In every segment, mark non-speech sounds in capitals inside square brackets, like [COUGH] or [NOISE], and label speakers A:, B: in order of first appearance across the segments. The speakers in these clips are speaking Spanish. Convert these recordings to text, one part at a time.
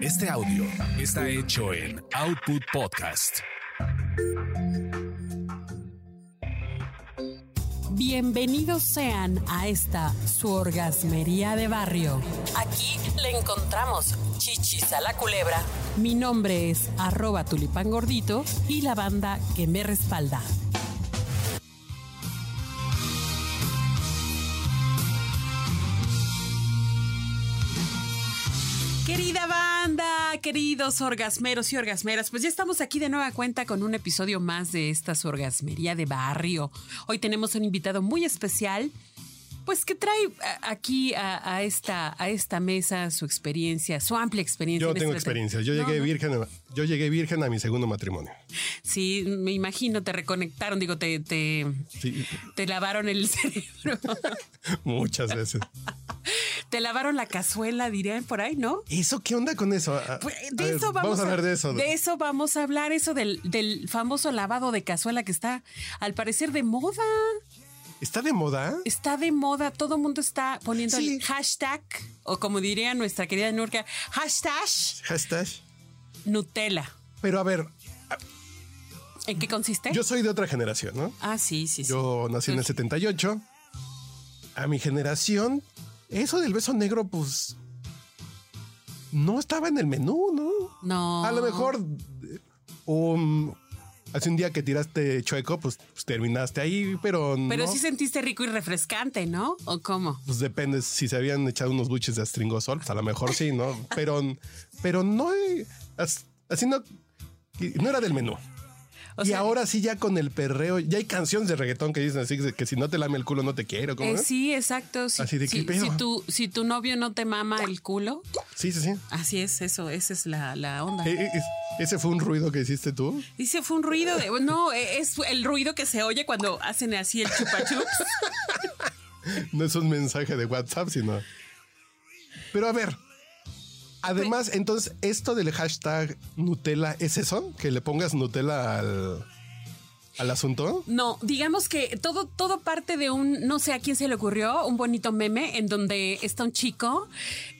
A: Este audio está hecho en Output Podcast.
B: Bienvenidos sean a esta su orgasmería de barrio. Aquí le encontramos chichis a la culebra. Mi nombre es arroba tulipán gordito y la banda que me respalda. Querida banda, queridos orgasmeros y orgasmeras, pues ya estamos aquí de nueva cuenta con un episodio más de esta su orgasmería de barrio. Hoy tenemos un invitado muy especial, pues que trae a- aquí a, a esta, a esta mesa su experiencia, su amplia experiencia.
C: Yo
B: en
C: tengo
B: este tema.
C: experiencia. Yo
B: No,
C: llegué
B: no.
C: virgen, a- yo llegué virgen a mi segundo matrimonio.
B: Sí, me imagino, te reconectaron, digo, te, te,
C: Sí, [LAUGHS]
B: te lavaron el [LAUGHS] cerebro,
C: muchas veces.
B: te lavaron la cazuela, dirían por ahí, ¿no?
C: ¿Eso qué onda con eso? A-
B: Pues,
C: a
B: de
C: ver,
B: eso vamos,
C: a hablar de eso.
B: De eso vamos a hablar, eso del, del famoso lavado de cazuela que está, al parecer, de moda.
C: ¿Está de moda?
B: Está de moda, todo el mundo está poniendo
C: Sí.
B: el hashtag, o como diría nuestra querida Nurka, hashtag
C: Hashtag.
B: Nutella.
C: Pero a ver,
B: ¿En qué consiste?
C: yo soy de otra generación, ¿no?
B: ah, sí, sí, sí.
C: Yo nací en el
B: Tú-
C: 78. A mi generación, eso del beso negro, pues. No estaba en el menú, ¿no?
B: No.
C: A lo mejor. eh, um, hace un día que tiraste chueco, pues, pues, terminaste ahí, pero.
B: Pero
C: no.
B: sí sentiste rico y refrescante, ¿no? ¿O cómo?
C: Pues depende, si se habían echado unos buches de astringosol, pues a lo mejor sí, ¿no?
B: [LAUGHS]
C: Pero, pero no, eh, as- así no, y no era del menú.
B: O
C: y
B: sea,
C: ahora sí ya con el perreo, ya hay canciones de reggaetón que dicen así, que, si no te lame el culo no te quiero, ¿cómo
B: eh,
C: no? sí.
B: sí, exacto. Si,
C: Así de,
B: si-
C: ¿qué pedo?
B: si tu, si tu novio no te mama el culo,
C: sí, sí,
B: así es, eso, esa es la, la onda.
C: Eh, eh, es- ese fue un ruido que hiciste tú.
B: Dice, fue un ruido de. No, eh, es el ruido que se oye cuando hacen así el chupachups.
C: No es un mensaje de WhatsApp, sino. Pero a ver. Además, entonces, esto del hashtag Nutella, ¿es eso? ¿Que le pongas Nutella al, al asunto?
B: No, digamos que todo, todo parte de un, no sé a quién se le ocurrió, un bonito meme en donde está un chico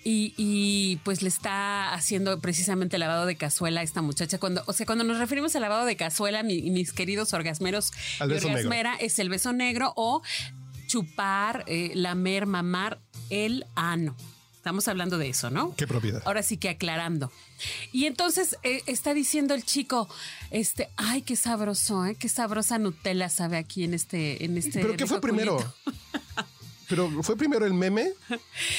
B: y, y, pues le está haciendo precisamente lavado de cazuela a esta muchacha. Cuando, o sea, cuando nos referimos al lavado de cazuela, mi- mis queridos orgasmeros
C: Al
B: y
C: beso negro.
B: orgasmera, es el beso negro o chupar, eh, lamer, mamar el ano. Estamos hablando de eso, ¿no?
C: ¿Qué propiedad?
B: Ahora sí que aclarando. Y entonces eh, está diciendo el chico, este, ay, qué sabroso, ¿eh? qué sabrosa Nutella sabe aquí en este, en este.
C: ¿Pero qué fue
B: rico
C: primero?
B: culito".
C: [LAUGHS] ¿Pero fue primero el meme?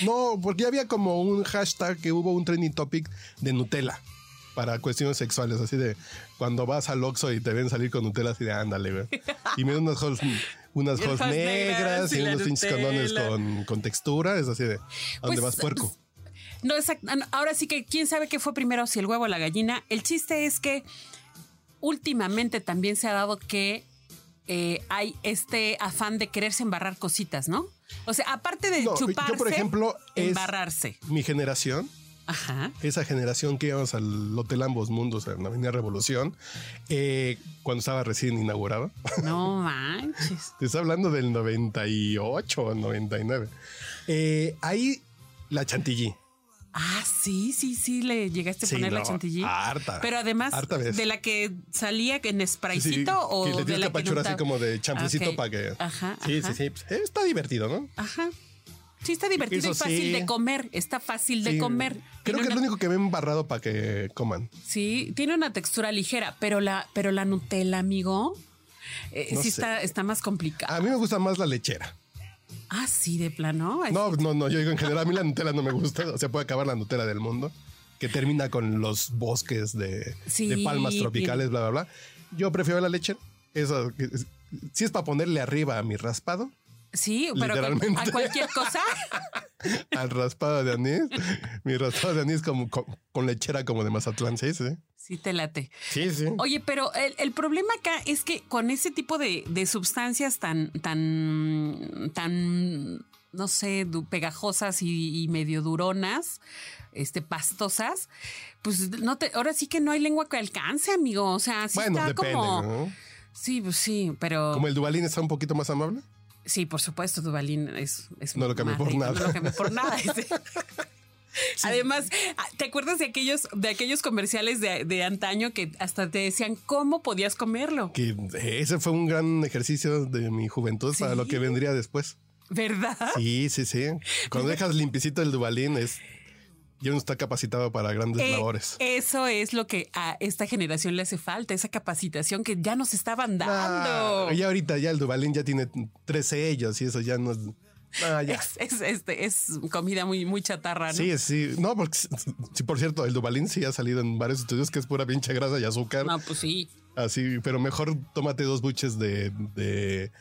C: No, porque ya había como un hashtag que hubo un trending topic de Nutella para cuestiones sexuales, así de cuando vas al Oxxo y te ven salir con Nutella, así de ándale, güey. Y me dan unas hojas
B: [LAUGHS]
C: unas
B: Y
C: hojas
B: hojas negras
C: negras
B: y
C: y
B: la
C: unos pinches
B: Nutella.
C: condones con, con textura, es así de, ¿a
B: Pues,
C: dónde vas puerco?
B: No, exacto. Ah, no, Ahora sí que quién sabe qué fue primero, si el huevo o la gallina. El chiste es que últimamente también se ha dado que eh, hay este afán de quererse embarrar cositas, ¿no? O sea, aparte de
C: No, yo, por
B: eh, chuparse,
C: ejemplo, es-
B: embarrarse.
C: Mi generación,
B: Ajá.
C: esa generación que íbamos al Hotel Ambos Mundos en la Avenida Revolución, eh, cuando estaba recién inaugurada.
B: No
C: [LAUGHS]
B: manches.
C: Te está hablando del 98 o 99. Eh, ahí la chantilly.
B: Ah, sí, sí, sí, le llegaste a
C: Sí,
B: poner la
C: no, ah,
B: chantilly.
C: harta.
B: Pero además,
C: Harta vez.
B: de la que salía en
C: Sí, sí,
B: spraycito o.
C: que le
B: de
C: tienes que
B: la
C: apachurrar así
B: untaba-
C: como de champecito
B: Ah, ok.
C: para que.
B: Ajá.
C: Sí,
B: ajá,
C: sí, sí. pues, eh, Está divertido, ¿no?
B: Ajá. Sí, está divertido
C: Eso
B: y fácil
C: sí.
B: de comer. Está fácil de
C: Sí.
B: comer.
C: Creo
B: Tiene
C: que es lo
B: una-
C: único que me he embarrado para que coman.
B: Sí, tiene una textura ligera, pero la, pero la Nutella, amigo, eh,
C: No
B: sí
C: sé. Ah.
B: está, está más complicada.
C: A mí me gusta más la lechera.
B: Ah, sí, de plano. Ay,
C: No, no, no. Yo digo en general, a mí la Nutella no me gusta. O sea, puede acabar la Nutella del mundo, que termina con los bosques de,
B: Sí,
C: de palmas
B: tiene-
C: tropicales, bla, bla, bla. Yo prefiero la lechera. Eso, que es- si es para ponerle arriba a mi raspado,
B: Sí, pero
C: literalmente.
B: a cualquier
C: [LAUGHS]
B: cosa.
C: al raspado de anís. [LAUGHS] Mi raspado de anís como, con, con lechera como de Mazatlán, sí, sí.
B: Sí, te late.
C: Sí, sí.
B: Oye, pero el, el problema acá es que con ese tipo de, de sustancias tan, tan, tan, no sé, du- pegajosas y, y medio duronas, este, pastosas, pues no te, ahora sí que no hay lengua que alcance, amigo. O sea, sí
C: bueno,
B: está
C: depende,
B: como.
C: ¿no?
B: Sí, pues sí, pero.
C: Como el Dubalín está un poquito más amable.
B: Sí, por supuesto, Dubalín es. es
C: No lo cambié
B: más
C: por
B: rico,
C: [LAUGHS] nada.
B: No lo cambié por nada. Además, ah, ¿te acuerdas de aquellos, de aquellos comerciales de, de antaño que hasta te decían cómo podías comerlo?
C: Que ese fue un gran ejercicio de mi juventud para lo que vendría después.
B: ¿Verdad?
C: Sí, sí, sí. Cuando dejas limpicito el Dubalín es... Ya uno está capacitado para grandes
B: Eh,
C: labores.
B: Eso es lo que a esta generación le hace falta, esa capacitación que ya nos estaban dando.
C: Ah, ya ahorita ya el Dubalín ya tiene tres sellos y eso ya no es... Ah, ya.
B: Es, es- este, es comida muy, muy chatarra, Ah, ¿no?
C: Sí, sí. No, porque sí, por cierto, el Dubalín sí ha salido en varios estudios que es pura pinche grasa y azúcar.
B: No, pues sí.
C: Así, pero mejor tómate dos buches de, de,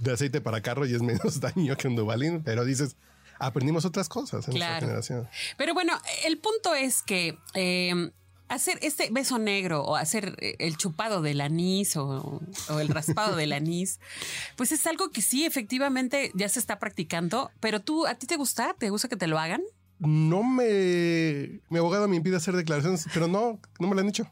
C: de aceite para carro y es menos [LAUGHS] daño que un Dubalín. Pero dices, aprendimos otras cosas en
B: Claro.
C: nuestra generación.
B: Pero bueno, el punto es que eh, hacer este beso negro o hacer eh, el chupado del anís o, o el raspado
C: [LAUGHS]
B: del anís, pues es algo que sí, efectivamente ya se está practicando. Pero tú, ¿a ti te gusta? ¿Te gusta que te lo hagan?
C: No me. Mi abogado me impide hacer declaraciones, pero no, no me lo han hecho.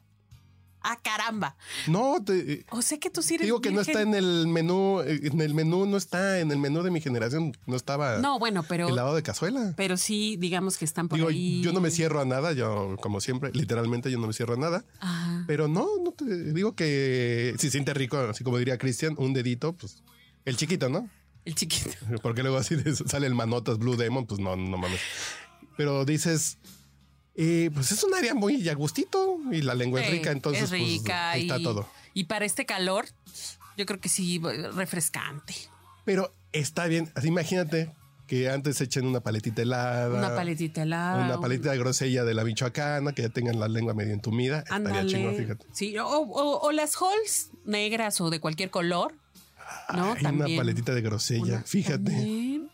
B: ¡Ah, caramba!
C: No, te,
B: O sea que tú sí
C: te
B: eres
C: digo que no
B: virgen.
C: está en el menú. eh, En el menú no está, en el menú de mi generación no estaba
B: No, bueno, pero...
C: el lado de cazuela.
B: Pero sí, digamos que están por
C: Digo,
B: ahí.
C: yo no me cierro a nada, yo como siempre, literalmente yo no me cierro a nada.
B: Ajá.
C: Pero no, no te digo que si siente rico, así como diría Cristian, un dedito, pues el chiquito, ¿no?
B: El
C: [LAUGHS]
B: chiquito.
C: Porque luego así de- sale el manotas Blue Demon, pues no, no mames. Pero dices, eh, pues es un área muy a gustito y la lengua es
B: Sí,
C: rica, entonces
B: Eh, es rica
C: pues, ahí está
B: y,
C: todo.
B: Y para este calor, yo creo que sí, refrescante.
C: Pero está bien, así imagínate que antes echen una paletita helada.
B: una paletita helada.
C: Una
B: un-
C: paletita grosella de la michoacana, que ya tengan la lengua medio entumida. Estaría
B: ándale.
C: chingón, fíjate.
B: Sí, o, o- o las halls negras o de cualquier color. No,
C: Ay,
B: también.
C: Una paletita de grosella,
B: Una-
C: fíjate.
B: también.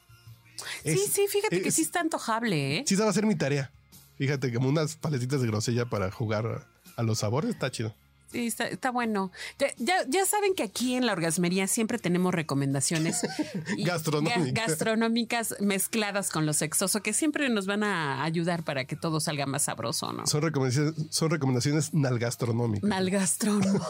B: sí,
C: Es-
B: sí, fíjate que
C: es-
B: sí está antojable, ¿eh?
C: Sí, esa va a ser mi tarea. Fíjate, como unas paletitas de grosella para jugar a- a los sabores, está chido.
B: Sí, está, está bueno. Ya, ya- ya saben que aquí en la orgasmería siempre tenemos recomendaciones y-
C: Gastronómicas.
B: ga- gastronómicas mezcladas con lo sexoso que siempre nos van a ayudar para que todo salga más sabroso, ¿no?
C: Son recomendaciones, son recomendaciones nalgastronómicas.
B: Malgastrono.